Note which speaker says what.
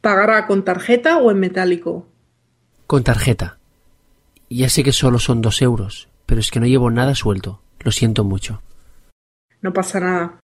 Speaker 1: Pagará con tarjeta o en metálico.
Speaker 2: Con tarjeta. Ya sé que solo son dos euros, pero es que no llevo nada suelto. Lo siento mucho.
Speaker 1: No pasa nada.